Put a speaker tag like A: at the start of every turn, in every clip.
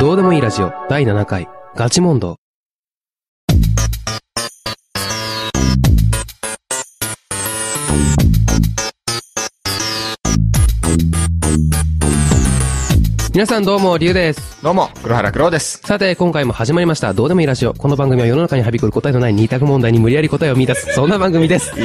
A: どうでもいいラジオ第7回ガチモンド。皆さんどうも、りゅうです。
B: どうも、黒原黒です。
A: さて、今回も始まりました。どうでもいいラジオ。この番組は世の中にはびこる答えのない二択問題に無理やり答えを見出す。そんな番組です。
B: 急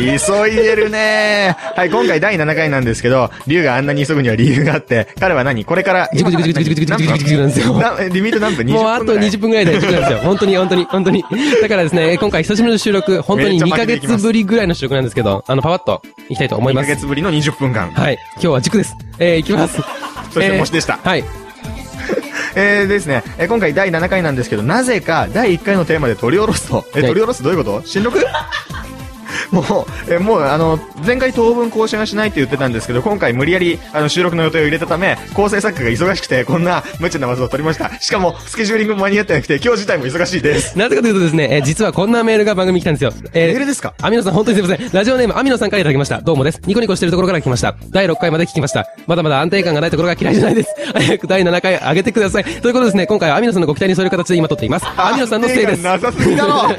B: いでるねはい、今回第7回なんですけど、龍があんなに急ぐには理由があって、彼は何これから、
A: ジクジクジクジクジクジクジクジクなんですよ
B: 何分なリミット何分 ?20 分
A: もうあと
B: ぐらい
A: 20分ぐらいで時間ですよ。本当に、本当に、本当に。だからですね、今回久しぶりの収録、本当に2ヶ月ぶりぐらいの収録なんですけど、あの、パパッといきたいと思いま
B: 2ヶ
A: す。
B: 月ぶりの20分間。
A: はい。今日は塾です。えー、いきます。
B: そして模試でした
A: えーはい。
B: えーですね、えー今回第7回なんですけど、なぜか第1回のテーマで取り下ろすと。えー、
A: はい
B: 取り下ろすどういうこと新録 もう、えーもう、あの、前回当分更新はしないって言ってたんですけど、今回無理やり、あの、収録の予定を入れたため、構成作家が忙しくて、こんな無茶な技を取りました。しかも、スケジューリングも間に合ってなくて、今日自体も忙しいです。
A: なぜかというとですね、えー実はこんなメールが番組に来たんですよ。えー
B: メールですか
A: アミノさん、本当にすいません。ラジオネーム、アミノさんからいただきました。どうもです。ニコニコしてるところから来ました。第6回まで聞きました。まだまだ安定感がないところが嫌いじゃないです。 早く第7回上げてください。ということでですね、今回はアミノさんのご期待に添える形で今撮っています。アミノさんのせいです。
B: なさすぎだろ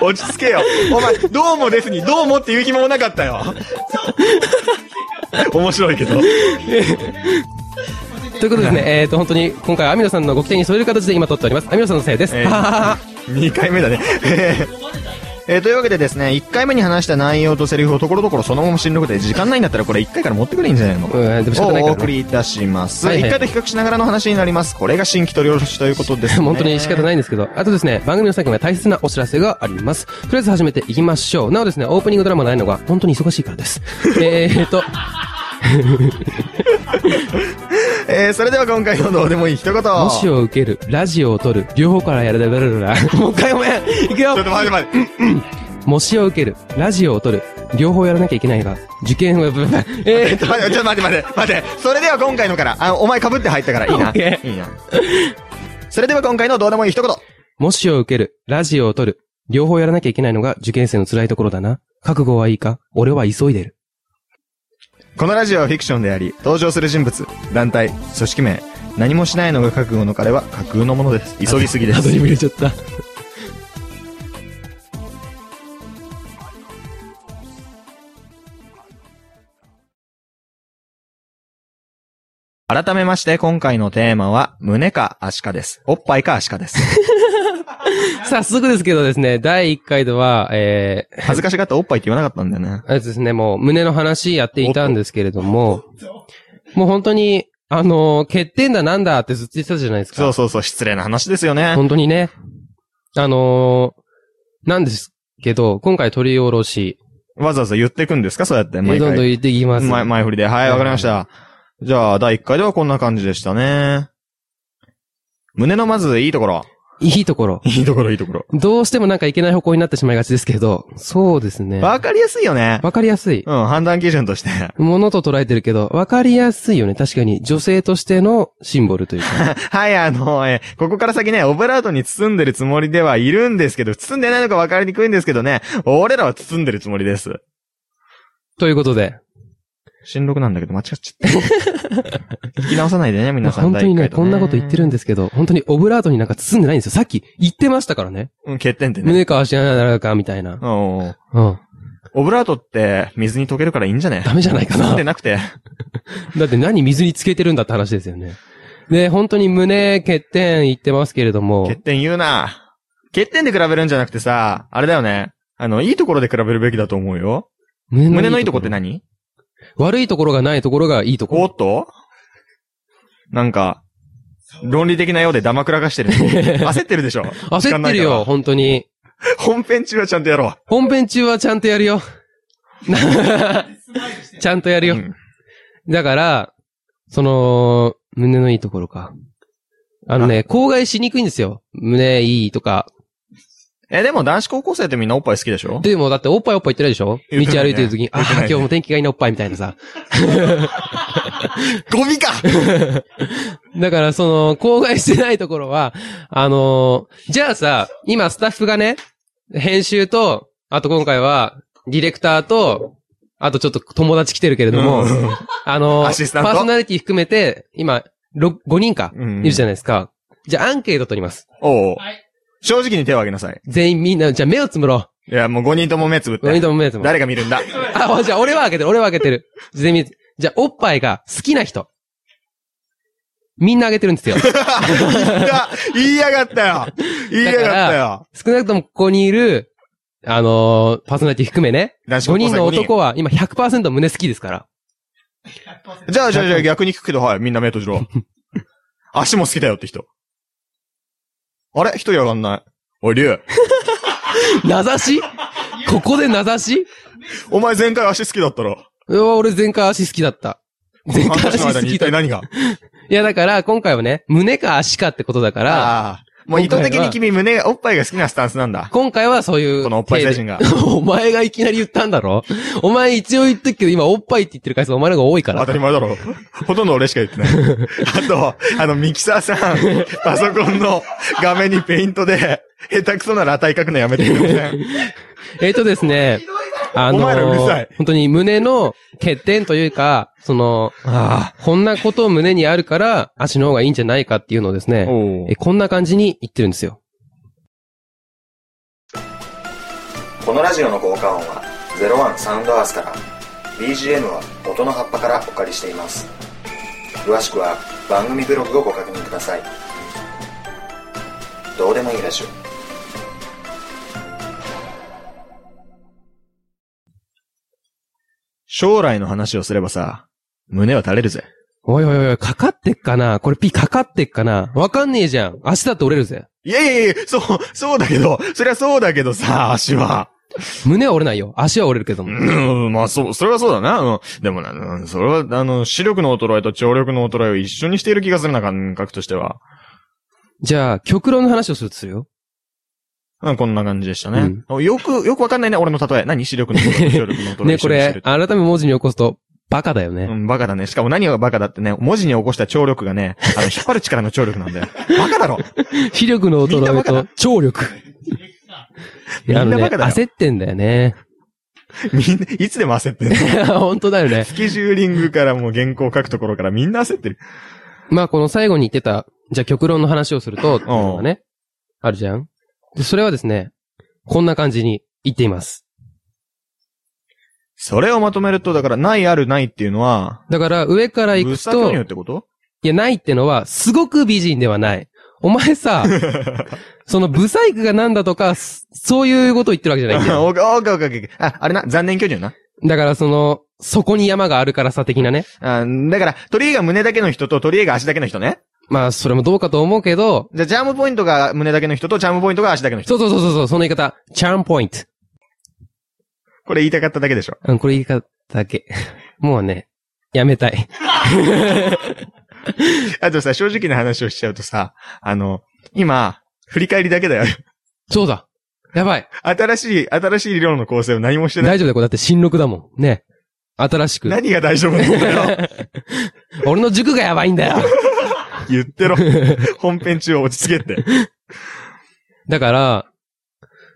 B: 落ち着けよ。お前、どうもですに、どうもって言う暇もなかったよ。面白いけど。
A: ということですね、えっと、本当に今回はアミノさんのご期待に添える形で今撮っております。アミノさんのせいです。
B: え
A: ははは
B: 2回目だね。 えーえーというわけでですね、1回目に話した内容とセリフをところどころそのまま新録で、時間ないんだったらこれ1回から持ってくれいいんじゃないの
A: うんでも仕方ないからね
B: をお送りいたします。
A: はいはい
B: 1回と比較しながらの話になります。これが新規取り下ろしということです、
A: は
B: ね。
A: 本当に仕方ないんですけど、あとですね、番組の最後には大切なお知らせがあります。とりあえず始めていきましょう。なおですね、オープニングドラマないのが本当に忙しいから です。えーっと、
B: えーそれでは今回のどうでもいい一言。
A: もしを受ける、ラジオを撮る、両方からやるだだだだ だ。もう一回ごめん。いく
B: ちょっ
A: よ。
B: と待って待って。
A: もしを受ける、ラジオを撮る、両方やらなきゃいけないが、受験は、えーっと、
B: 待って、ちょっと待って待って、待って。それでは今回のから、あお前被って入ったから、いいな。
A: オッケー
B: いいな。それでは今回のどうでもいい一言。
A: もしを受ける、ラジオを撮る、両方やらなきゃいけないのが受験生の辛いところだな。覚悟はいいか俺は急いでる。
B: このラジオはフィクションであり、登場する人物、団体、組織名、何もしないのが覚悟の彼は架空のものです。急ぎすぎ で
A: アド
B: す
A: リ。ブ入れちゃった。
B: 改めまして、今回のテーマは、胸か足かです。おっぱいか足か です。
A: 早速ですけどですね、第1回では、えー、
B: 恥ずかしがっておっぱいって言わなかったんだよね。
A: あれですね、もう胸の話やっていたんですけれども、もう本当に、あのー欠点だなんだってずっと言ってたじゃないですか。
B: そうそうそう、失礼な話ですよね。
A: 本当にね。あのーなんですけど、今回取り下ろし、
B: わざわざ言ってくんですかそうやって、
A: どん
B: 毎
A: どん
B: 回。
A: 言っていきます。
B: 前、前振りで。はい、わかりました。じゃあ、第1回ではこんな感じでしたね。胸のまずいいところ。
A: いいところ。
B: いいところ、いいところ。
A: どうしてもなんかいけない方向になってしまいがちですけど、そうですね。わ
B: わかりやすいよね。
A: かりやすい。
B: うん、判断基準として。
A: ものと捉えてるけど、わかりやすいよね。確かに、女性としてのシンボルという か。
B: はい、あの、えー、ここから先ね、オブラートに包んでるつもりではいるんですけど、包んでないのかわかりにくいんですけどね、俺らは包んでるつもりです。
A: ということで。
B: 新録なんだけど間違っちゃった。 聞き直さないでね、皆さん。
A: 本当にね、
B: 第一回と
A: こんなこと言ってるんですけど、本当にオブラートになんか包んでないんですよ。さっき言ってましたからね。
B: うん、欠点ってね。
A: 胸か足がならか、みたいな
B: う。んう
A: う
B: ん。
A: ん。
B: オブラートって、水に溶けるからいいんじゃね
A: ダメじゃないか
B: 包ん
A: な
B: で。なくて。
A: だって何水につけてるんだって話ですよね。で、本当に胸、欠点言ってますけれども
B: 欠、点言うな。欠点で比べるんじゃなくてさ、あれだよね。あの、いいところで比べるべきだと思うよ。胸のいいとこって何
A: 悪いところがないところがいいとこ
B: お
A: ろ。
B: っとなんか、論理的なようで黙らか してる。焦ってるでしょ
A: 焦ってるよ、。本当に。
B: 時間ないから本編中はちゃんとやろ
A: 本編中はちゃんとやる よ。ちゃんとやる
B: う。
A: よ。
B: うん
A: だから、その、胸のいいところか。あのね、口外しにくいんですよ。胸いいとか。
B: え、でも男子高校生ってみんなおっぱい好きでしょ
A: でもだっておっぱいおっぱい言ってないでしょ道
B: 言ってない
A: 歩
B: ね
A: いてる時 に、ああ
B: 言ってない
A: ー、
B: ね
A: 今日も天気がいいなおっぱいみたいなさ。
B: ゴミ か
A: だからその、口外してないところは、あのーじゃあさ、今スタッフがね、編集と、あと今回は、ディレクターと、あとちょっと友達来てるけれども、
B: うん
A: あのー
B: アシスタント
A: パーソナリティ含めて、今、ろ5人か、
B: うん
A: いるじゃないですか。じゃあ、アンケート取ります。
B: おう
C: はい。
B: 正直に手を挙げなさい。
A: 全員みんな、じゃあ目をつむろ
B: いや、もう5人とも目つぶっ
A: う。5人
B: て。
A: とも目をつむろう。
B: 誰が見るん だ
A: あ、おじゃあ俺は開けてる、俺は開けてる。全員見てじゃあ、おっぱいが好きな人。みんな開けてるんですよ。
B: 言いや言いやがったよ言いやがったよ
A: 少なくともここにいる、あのーパーソナリティ含めね。
B: 男子
A: 5
B: 高校
A: 人
B: 生
A: の
B: 5人
A: 男は今100%胸好きですから。
C: 100%
B: じゃあ、じゃあ、じゃあ逆に聞くけど、はい、みんな目閉じ ろ。足も好きだよって人。あれ一人上がんない。おい、竜。
A: 名指しここで名指し
B: お前前回足好きだったろ。
A: うわ、俺前回足好きだった。前
B: 半
A: 回
B: 年
A: 足
B: の間
A: 好
B: に
A: き
B: 一
A: だった。い
B: 体何が
A: や、だから、今回はね、胸か足かってことだから、
B: ああ。もう意図的に君胸が、おっぱいが好きなスタンスなんだ。
A: 今回はそういう。
B: このおっぱい精神が。
A: お前がいきなり言ったんだろお前一応言っとくけど、今おっぱいって言ってる回数お前の方が多いから。
B: 当たり前だろ。ほとんど俺しか言って ない。あと、あの、ミキサーさん、パソコンの画面にペイントで、下手くそなら値書くのやめてくれませ ん
A: えっとですね、あ
B: お
A: の
B: 前らうるさい
A: ー、本当に胸の欠点というか、その、
B: あ
A: こんなことを胸にあるから足の方がいいんじゃないかっていうのをですね、
B: おう
A: えこんな感じに言ってるんですよ。
D: このラジオの効果音は01サウンドアースから BGM は音の葉っぱからお借りしています詳しくは番組ブログをご確認くださいどうでもいいラジオ
B: 将来の話をすればさ、胸は垂れるぜ。
A: おいおいおい、かかってっかなこれ P かかってっかなわかんねえじゃん。足だって折れるぜ。
B: いやいやいや、そう、そうだけど、そりゃそうだけどさ、足は。
A: 胸は折れないよ。足は折れるけども。
B: うん、まあそう、それはそうだな。うん。でもな、うんそれは、あの、視力の衰えと聴力の衰えを一緒にしている気がするな、感覚としては。
A: じゃあ、極論の話をするとするよ。
B: うん、こんな感じでしたね。よく、よくわかんないね、俺の例え。何視力の衰え、聴力の衰え。
A: ね、
B: 一
A: こ
B: 緒にして
A: れ
B: る、
A: 改め文字に起こすと、バカだよね。
B: うん、バカだね。しかも何がバカだってね、文字に起こした聴力がね、あの、引っ張る力の聴力なん だよ。バカだろ
A: 視力の
B: みん
A: 衰
B: な
A: え
B: バカだ
A: と、聴力。い
B: み
A: やあ
B: ん
A: の
B: な
A: ね、
B: バカだよ。
A: 焦ってんだよね。
B: みんな、いつでも焦ってる。
A: 本当だよね。
B: スケジューリングからもう原稿書くところからみんな焦ってる。
A: まあ、この最後に言ってた、じゃあ極論の話をすると、っていうのがね、あるじゃんで、それはですね、こんな感じに言っています。
B: それをまとめると、だから、ないあるないっていうのは、
A: だから、上から行
B: ぶっ
A: く
B: さ巨
A: と、
B: 乳っ
A: い
B: てこと
A: や、ないってのは、すごく美人ではない。お前 さ、その、ブサイクがなんだとか、すそういうことを言ってるわけじゃないんだよ。
B: オーケーオーケーオーケーオーケーあ、あれな、残念巨乳な。
A: だから、その、そこに山があるからさ、的なね。
B: あだから、鳥居が胸だけの人と鳥居が足だけの人ね。
A: まあ、それもどうかと思うけど、
B: じゃあ、ジャームポイントが胸だけの人と、ジャームポイントが足だけの人。
A: そうそうそうそうそう、その言い方、チャームポイント。
B: これ言いたかっただけでしょ。
A: うん、これ言い方だけ。もうね、やめたい。
B: あとさ、正直な話をしちゃうとさ、あの、今、振り返りだけだよ。
A: そうだ。やばい。
B: 新しい、新しい理論の構成を何もしてない。
A: 大丈夫だよ、これだって新録だもん。ね。新しく。
B: 何が大丈夫なんだよ。
A: 俺の塾がやばいんだよ。
B: 言ってろ。本編中落ち着けって。
A: だから、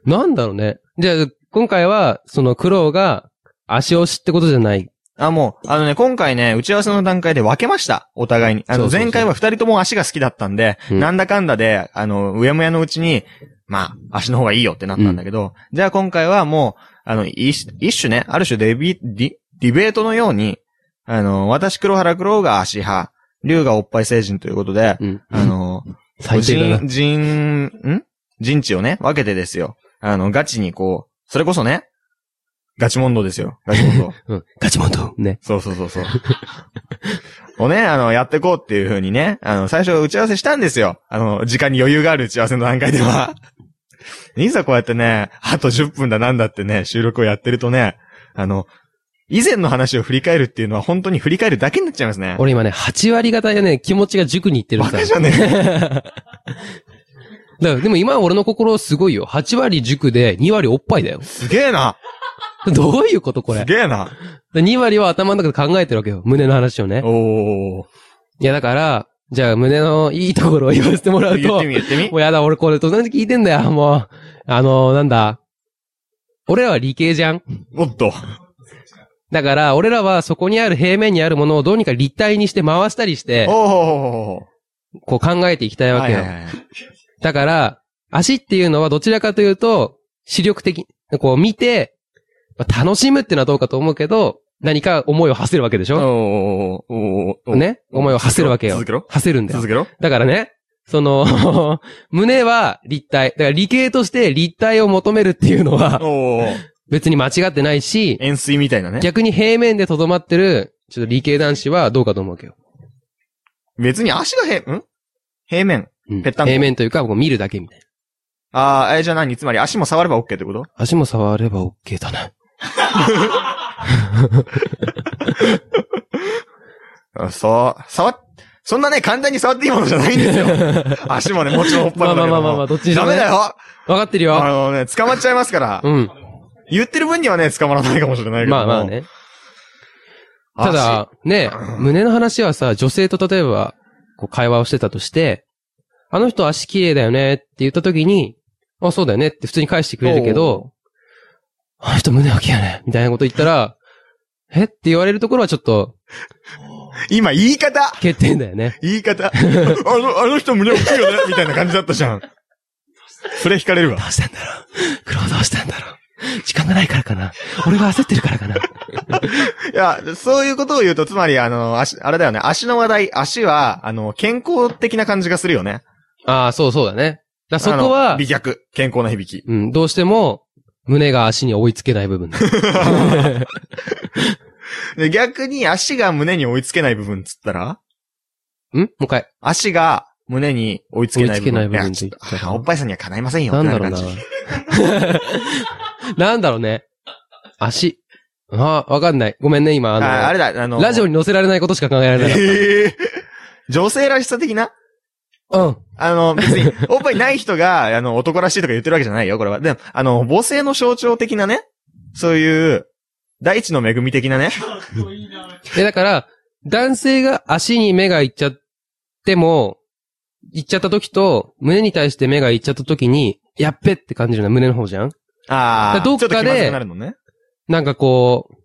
A: なんだろうね。じゃあ、今回は、その苦労が足押しってことじゃない。
B: あ、もう、あのね、今回ね、打ち合わせの段階で分けました。お互いに。あ
A: そ
B: の、
A: うそうそう
B: 前回は二人とも足が好きだったんで、
A: うん
B: なんだかんだで、あの、うやむやのうちに、まあ、足の方がいいよってなったんだけど、じゃあ今回はもう、あの、一一種ね、ある種デビ、ディ、ディベートのように、あの、私黒原黒が足派、龍がおっぱい成人ということで、
A: うん。
B: あの、
A: 最低だな。
B: 人、人、ん人知をね、分けてですよ。あの、ガチにこう、それこそね、ガチモンドですよ。ガチモンド。
A: うん。ガチモンと。ね。
B: そうそうそうそう。をね、あの、やってこうっていうふうにね、あの、最初打ち合わせしたんですよ。あの、時間に余裕がある打ち合わせの段階では。いざこうやってね、あと10分だなんだってね、収録をやってるとね、あの、以前の話を振り返るっていうのは本当に振り返るだけになっちゃいますね。
A: 俺今ね、8割方でね、気持ちが塾に行ってる
B: バ
A: さ。
B: カじゃねえ。
A: だからでも今は俺の心すごいよ。8割塾で2割おっぱいだよ。
B: すげえな。
A: どういうことこれ
B: す。げえな。
A: で2割は頭の中で考えてるわけよ。胸の話をね。
B: おー。
A: いやだから、じゃあ胸のいいところを言わせてもらうと。
B: 言ってみ、言って み
A: も。うやだ、俺これと同じ聞いてんだよ、もう。あのー、なんだ。俺らは理系じゃん
B: おっと。
A: だから、俺らはそこにある平面にあるものをどうにか立体にして回したりして、
B: おー。
A: こう考えていきたいわけよ。
B: はいはいはい
A: だから、足っていうのはどちらかというと、視力的、こう見て、まあ楽しむっていうのはどうかと思うけど、何か思いを馳せるわけでし
B: おー
A: ょ
B: おーおーおー
A: ね思いを馳せるわけよ
B: 続けろ
A: 馳せるんだよ
B: 続。けろ
A: だからね、その、 胸は立体。だから理系として立体を求めるっていうのは
B: おー。
A: 別に間違ってないし、
B: 円錐みたいなね。
A: 逆に平面でとどまってる、ちょっと理系男子はどうかと思うわけど。
B: 別に足が平、ん平面。
A: うん
B: ぺったんこ
A: 平面というか、こう見るだけみたいな。
B: あー、え、じゃあ何つまり足も触れば OK ってこと
A: 足も触れば OK だ な。
B: あそう。触っ、そんなね、簡単に触っていいものじゃないんです よ。足もね、もちろんおっぱい
A: まあ
B: もだ
A: まあ
B: け
A: まあまあ
B: ど
A: ま
B: も
A: あ、。どっちにし
B: ダ
A: ろね
B: メだよ
A: わかってる
B: あ
A: よ。
B: のね、捕まっちゃいますから。
A: うん。
B: 言ってる分にはね、捕まらないかもしれないけど。
A: まあまあ。ね。
B: 足
A: た、だ、ね、胸の話はさ、女性と例えば、こう会話をしてたとして、あの人足綺麗だよねって言った時に、あ、そうだよねって普通に返してくれるけど、あの人胸大きいよねみたいなこと言ったら、えって言われるところはちょっと
B: 今、言い方
A: 欠点だよね。
B: 言い 方。あの、あの人胸大きいよねみたいな感じだったじゃん。それ惹かれるわ
A: ど。うしたんだろう苦労どうしたんだろう時間がないからかな俺が焦ってるからかない
B: や、そういうことを言うと、つまり、あの、足、あれだよね、足の話題、足は、あの、健康的な感じがするよね。
A: ああ、そうそうだね。だからそこ
B: あの
A: は
B: 美、脚。健康な響き。
A: うん、どうしても、胸が足に追いつけない部分だ。
B: で、逆に足が胸に追いつけない部分っつったら
A: んもう一回。
B: 足が胸に追いつけな
A: 追い
B: い部分。
A: つけない部分
B: やちょっと
A: って言ったら
B: あおっぱいさんには叶いませんよ。
A: なんだろ うな
B: ってる感じ。
A: なんだろうね。足。ああ、わかんない。ごめんね、今、あの、
B: ああれだ、あの、
A: ラジオに載せられないことしか考えられない。
B: ええ 女性らしさ的な
A: うん。
B: あの、別 に、おっぱいない人が、あの、男らしいとか言ってるわけじゃないよ、これは。でも、あの、母性の象徴的なね、そういう、大地の恵み的なね。
A: え、だから、男性が足に目がいっちゃっても、いっちゃった時と、胸に対して目がいっちゃった時に、やっべって感じるのは胸の方じゃん
B: ああ、
A: だからどっかで
B: ちょっと気まずくなるのね。
A: なんかこう、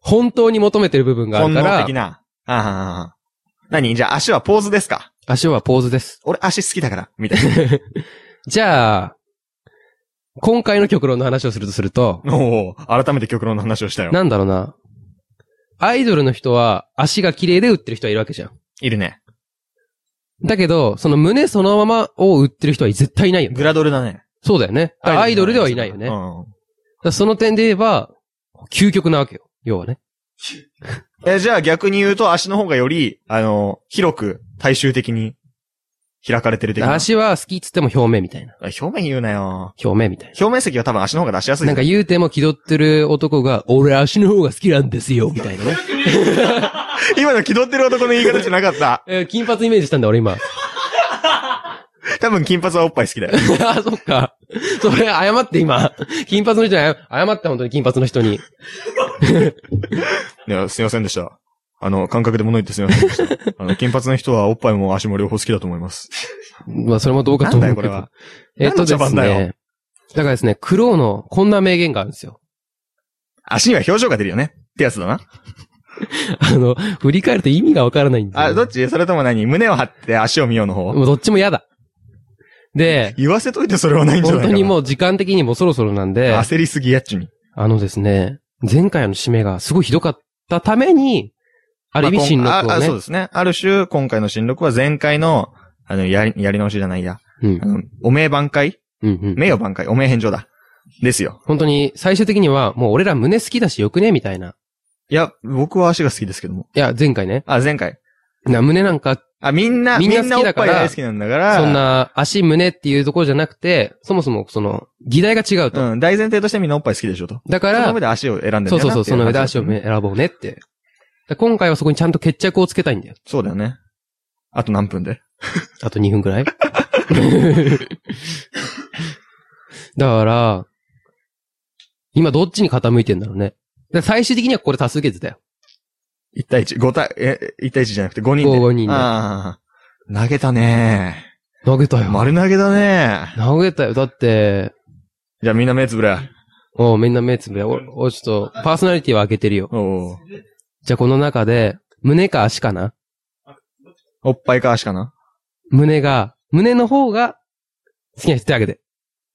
A: 本当に求めてる部分があ
B: 本
A: るか
B: 能
A: ら
B: 的、な。ああああ、何じゃあ足はポーズですか
A: 足はポーズです。
B: 俺足好きだから、みたい
A: じゃあ、今回の極論の話をするとすると、
B: な。 おお改めて極論の話をしたよ。
A: なんだろうな。アイドルの人は足が綺麗で売ってる人はいるわけじゃん。
B: いるね。
A: だけど、その胸そのままを売ってる人は絶対いないよね。
B: グラドルだね。
A: そうだよね。だからアイドルではいないよね。
B: う
A: だか
B: ん。
A: らその点で言えば、究極なわけよ。要はね。
B: え、じゃあ逆に言うと足の方がより、あの、広く、大衆的に、開かれてる的な。
A: 足は好きっつっても表面みたいな。
B: 表面言うなよ。
A: 表面みたい
B: 表面積は多分足の方が出しやす
A: な。
B: い。
A: なんか、言うても気取ってる男が、俺足の方が好きなんですよ、みたいなね。
B: 今の気取ってる男の言い方じゃなかった。
A: えー金髪イメージしたんだ俺 今。
B: 多分金髪はおっぱい好きだよ。
A: あ、そっか。それ、謝って今。金髪の人に謝、謝って本当に金髪の人に。
B: いや、すいませんでした。あの、感覚で物言ってすいませんで した。あの、金髪の人はおっぱいも足も両方好きだと思います。
A: まあ、それもどうかと思うけど。
B: なんだよ
A: えっとで
B: 何の
A: す
B: 茶番だ
A: ね。だからですね、クローのこんな名言があるんですよ。
B: 足には表情が出るよね。ってやつだな。
A: あの、振り返ると意味がわからないんですよ。
B: あ、どっちそれとも何胸を張って足を見ようの方
A: もうどっちも嫌だ。で、
B: 言わせといてそれはないんじゃな
A: 本
B: いか
A: 当
B: な。
A: にもう時間的にもそろそろなんで、
B: 焦りすぎやっちゅに。
A: あのですね、前回の締めがすごいひどかったために、ある意味進
B: まあ
A: 録
B: こんあ
A: を
B: あそう
A: ね。
B: ですね。ある種、今回の新録は前回の、あの、やり、やり直しじゃないや。
A: うん
B: あ。の、おめえ挽回
A: うんうん。
B: 名誉挽回おめえ返上だ。ですよ。
A: 本当に最終的にはもう俺ら胸好きだしよくねみたいな。
B: いや、僕は足が好きですけども。
A: いや、前回ね。
B: あ、前回。
A: な、胸なんか、
B: あ、みんな、
A: み
B: み
A: ん
B: ん
A: な
B: な
A: 好き
B: お
A: だ
B: っ
A: か
B: ぱ
A: ら
B: い大好きなんだから。
A: そん。な足胸っていうところじゃなくて、そもそもその、議題が違うと。
B: うん、大前提としてみんなおっぱい好きでしょと。
A: だか
B: その
A: ら
B: 上、で足を選んでんだよなって
A: そ
B: いう
A: そうそう、その上で足を
B: 話だよね
A: 選ぼうねって。だから今回はそこにちゃんと決着をつけたいんだよ。
B: そうだよね。あと何分で
A: あと2分く らいだから、今どっちに傾いてんだろうね。だから最終的にはこれ多数決だよ。
B: ?1 対1、5対、え、1対1じゃなくて5人で。
A: 5人で
B: ああ。投げたね
A: 投げたよ。
B: 丸投げだね
A: 投げたよ。だって、
B: じゃあみんな目つぶれ。
A: おうみんな目つぶや。お、お、ちょっと、パーソナリティは開けてるよ。
B: おう
A: じゃあこの中で、胸か足かな
B: おっぱいか足かな
A: 胸が、胸の方が、好きな人手あげて。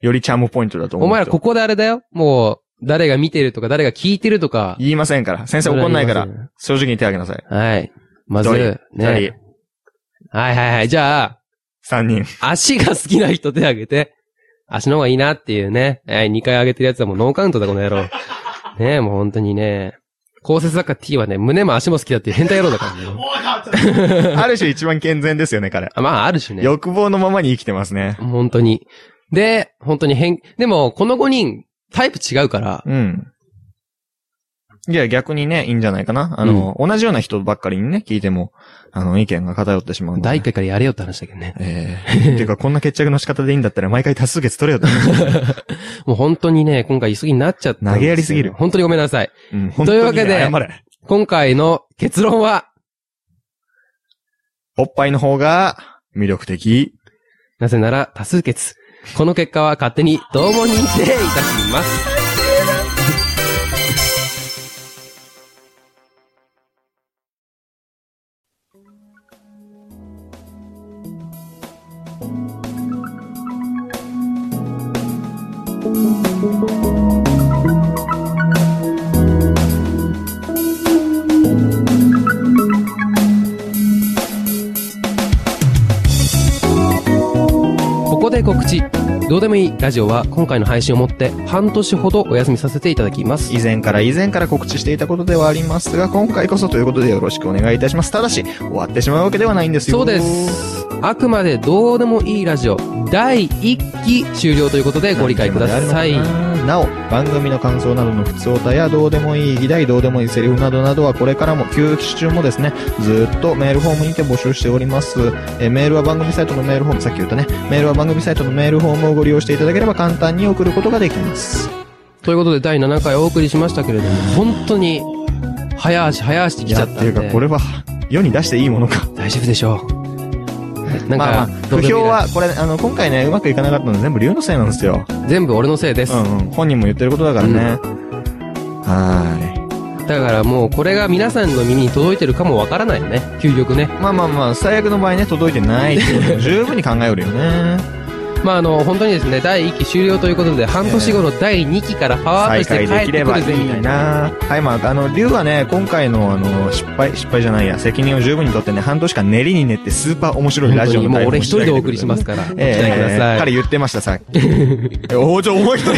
B: よりチャームポイントだと思
A: お
B: う。
A: 前らここであれだよ。もう、誰が見てるとか、誰が聞いてるとか。
B: 言いませんから。先生怒んないから。。正直に手挙げなさい。
A: はい。まず
B: 一人、二
A: ね。
B: 人、
A: はいはいはい。じゃあ、
B: 三人。
A: 足が好きな人手挙げて。足の方がいいなっていうね。えー、2回上げてるやつはもうノーカウントだ、この野 郎。ねえ、もう本当にね。高節作家 T はね、胸も足も好きだっていう変態野郎だ からね。
B: ある種一番健全ですよね、彼。
A: あまあ、ある種ね。
B: 欲望のままに生きてますね。
A: 本当に。で、本当に変、でも、この5人、タイプ違うから、
B: うん。いや、逆にね、いいんじゃないかな。あの、同じような人ばっかりにね、聞いても、あの、意見が偏ってしまうので。
A: 第1回からやれよって話だけどね。
B: ええ ていうか、こんな決着の仕方でいいんだったら、毎回多数決取れよって。
A: もう本当にね、今回急ぎになっちゃったんですよ。
B: 投げやりすぎる
A: 本当にごめんなさい。
B: うん、本
A: と
B: 当
A: い
B: に
A: うわけで
B: 謝れ。
A: 今回の結論は、
B: おっぱいの方が、魅力的。
A: なぜなら多数決。この結果は勝手にどうも認定いたします。ここで告知。どうでもいいラジオは今回の配信をもって半年ほどお休みさせていただきます。
B: 以前から以前から告知していたことではありますが、今回こそということでよろしくお願いいたします。ただし、終わってしまうわけではないんですよ。
A: そうで。す。あくまでどうでもいいラジオ第1期終了ということでご理解ください。
B: なお、番組の感想などの普通歌やどうでもいい議題、どうでもいいセリフなどなどはこれからも休止中もですね、ずっとメールフォームにて募集しております。えーメールは番組サイトのメールフォーム、さっき言ったね、メールは番組サイトのメールフォームをご利用していただければ簡単に送ることができます。
A: ということで第7回お送りしましたけれども、本当に早足早足ってきちゃったんで。
B: れは世に出していいものか。
A: 大丈夫でしょう。なんか、
B: まあまあ、
A: ど
B: 不
A: うでもいいラ
B: 評は、これ、あの、今回ね、うまくいかなかったの全部龍のせいなんですよ。
A: 全部俺のせいです。
B: うんうん。本人も言ってることだからね。はーい。
A: だからもうこれが皆さんの耳に届いてるかもわからないよね。究極ね。
B: まあまあまあ、最悪の場合ね、届いてないっ てことも十分に考えうるよね。
A: まああの、本当にですね、第1期終了ということで、半年後の第2期からパワーアップ
B: 再
A: して
B: 開
A: 帰
B: で
A: って
B: きれ
A: く
B: ば
A: るぜ、みた
B: い
A: い
B: い
A: な。
B: な。はい、まあ、あの、竜はね、今回のあの、失敗、失敗じゃないや、責任を十分にとってね、半年間練りに練ってスーパー面白い
A: 本
B: ラ
A: 当
B: ジオ
A: に
B: の
A: もう
B: 台本
A: 俺
B: を
A: 一
B: 仕上
A: 人
B: げ
A: で
B: て
A: お
B: くれ
A: 送りしますから、ご期待くだ
B: え
A: さ
B: え、
A: い。
B: 彼言ってました、さっき。えお嬢、もう一人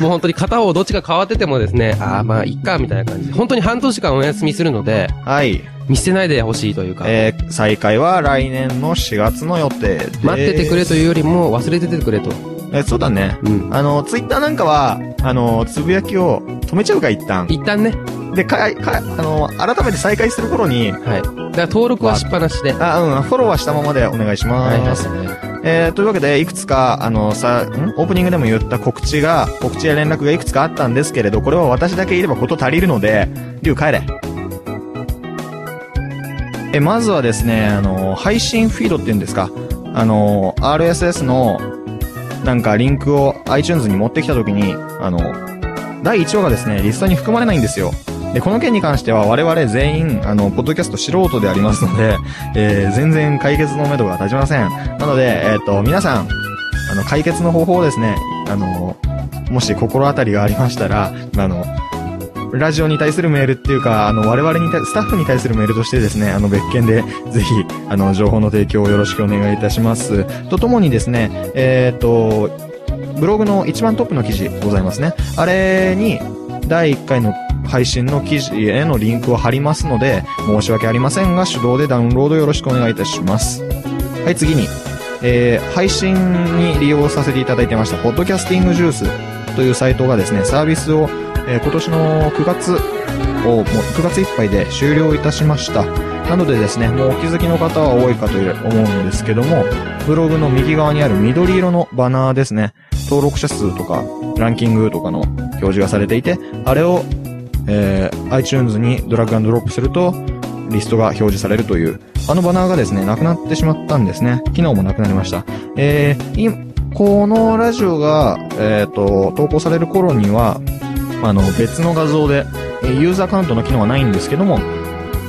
A: もう本当に片方どっちが変わっててもですね、ああまあいっか、みたいな感じで。本当に半年間お休みするので、
B: はい。
A: 見捨てないでほしいというか、
B: えー、再開は来年の4月の予定です。
A: 待っててくれというよりも忘れててくれと。
B: え、そうだね。
A: うん。
B: あの、ツイッターなんかは、あの、つぶやきを止めちゃうか、一旦。
A: 一旦ね、
B: で、かい、かい、あの、改めて再開する頃に、
A: はい。だから登録はしっぱなしで。
B: あ、うん、フォローはしたままでお願いし
A: はいはい
B: ま
A: はい
B: す。えー、というわけで、いくつか、あの、さ、んオープニングでも言った告知が、告知や連絡がいくつかあったんですけれど、これは私だけいればこと足りるので、リュウ帰れ。え、まずはですね、あの、配信フィードっていうんですか、あの、RSS の、なんかリンクを iTunes に持ってきたときに、あの、第1話がですね、リストに含まれないんですよ。で、この件に関しては我々全員、あの、ポッドキャスト素人でありますので、えー全然解決のめどが立ちません。なので、えっ、と、皆さん、あの、解決の方法をですね、あの、もし心当たりがありましたら、あの、ラジオに対するメールっていうか、あの、我々に対、スタッフに対するメールとしてですね、あの、別件で、ぜひ、あの、情報の提供をよろしくお願いいたします。とともにですね、えっ、と、ブログの一番トップの記事ございますね。あれに、第1回の配信の記事へのリンクを貼りますので、申し訳ありませんが、手動でダウンロードよろしくお願いいたします。はい、次に、えー配信に利用させていただいてました、ポッドキャスティングジュースというサイトがですね、サービスを、えー今年の9月を、もう9月いっぱいで終了いたしました。なのでですね、もうお気づきの方は多いかという思うんですけども、ブログの右側にある緑色のバナーですね、登録者数とか、ランキングとかの表示がされていて、あれを、えー iTunes にドラッグドロップすると、リストが表示されるという、あのバナーがですね、なくなってしまったんですね。機能もなくなりました。えー、いこのラジオが、えっ、と、投稿される頃には、あの、別の画像で、えーユーザーアカウントの機能はないんですけども、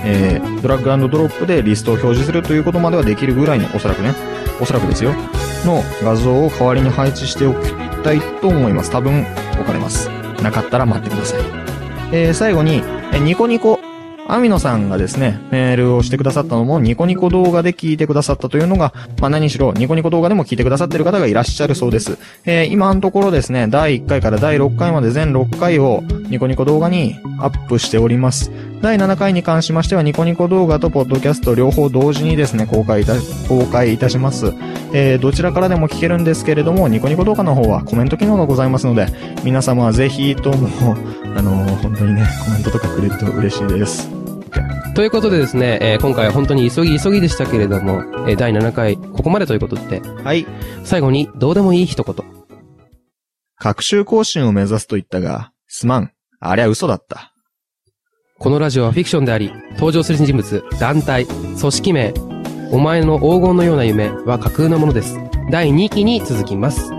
B: えードラッグドロップでリストを表示するということまではできるぐらいの、おそらくね、おそらくですよ、の画像を代わりに配置しておきたいと思います。多分、置かれます。なかったら待ってください。えー最後に、えーニコニコ、アミノさんがですね、メールをしてくださったのも、ニコニコ動画で聞いてくださったというのが、まあ何しろ、ニコニコ動画でも聞いてくださってる方がいらっしゃるそうです。えー今のところですね、第1回から第6回まで全6回をニコニコ動画にアップしております。第7回に関しましては、ニコニコ動画とポッドキャスト両方同時にですね、公開いた、公開いたします。えーどちらからでも聞けるんですけれども、ニコニコ動画の方はコメント機能がございますので、皆様はぜひとも、あのー本当にね、コメントとかくれると嬉しいです。
A: ということでですね、えー今回は本当に急ぎ急ぎでしたけれども、えー第7回、ここまでということで、
B: はい。
A: 最後にどうでもいい一言。
B: 各週更新を目指すと言ったが、すまん。ありゃ嘘だった。
A: このラジオはフィクションであり、登場する人物、団体、組織名、お前の黄金のような夢は架空のものです。第2期に続きます。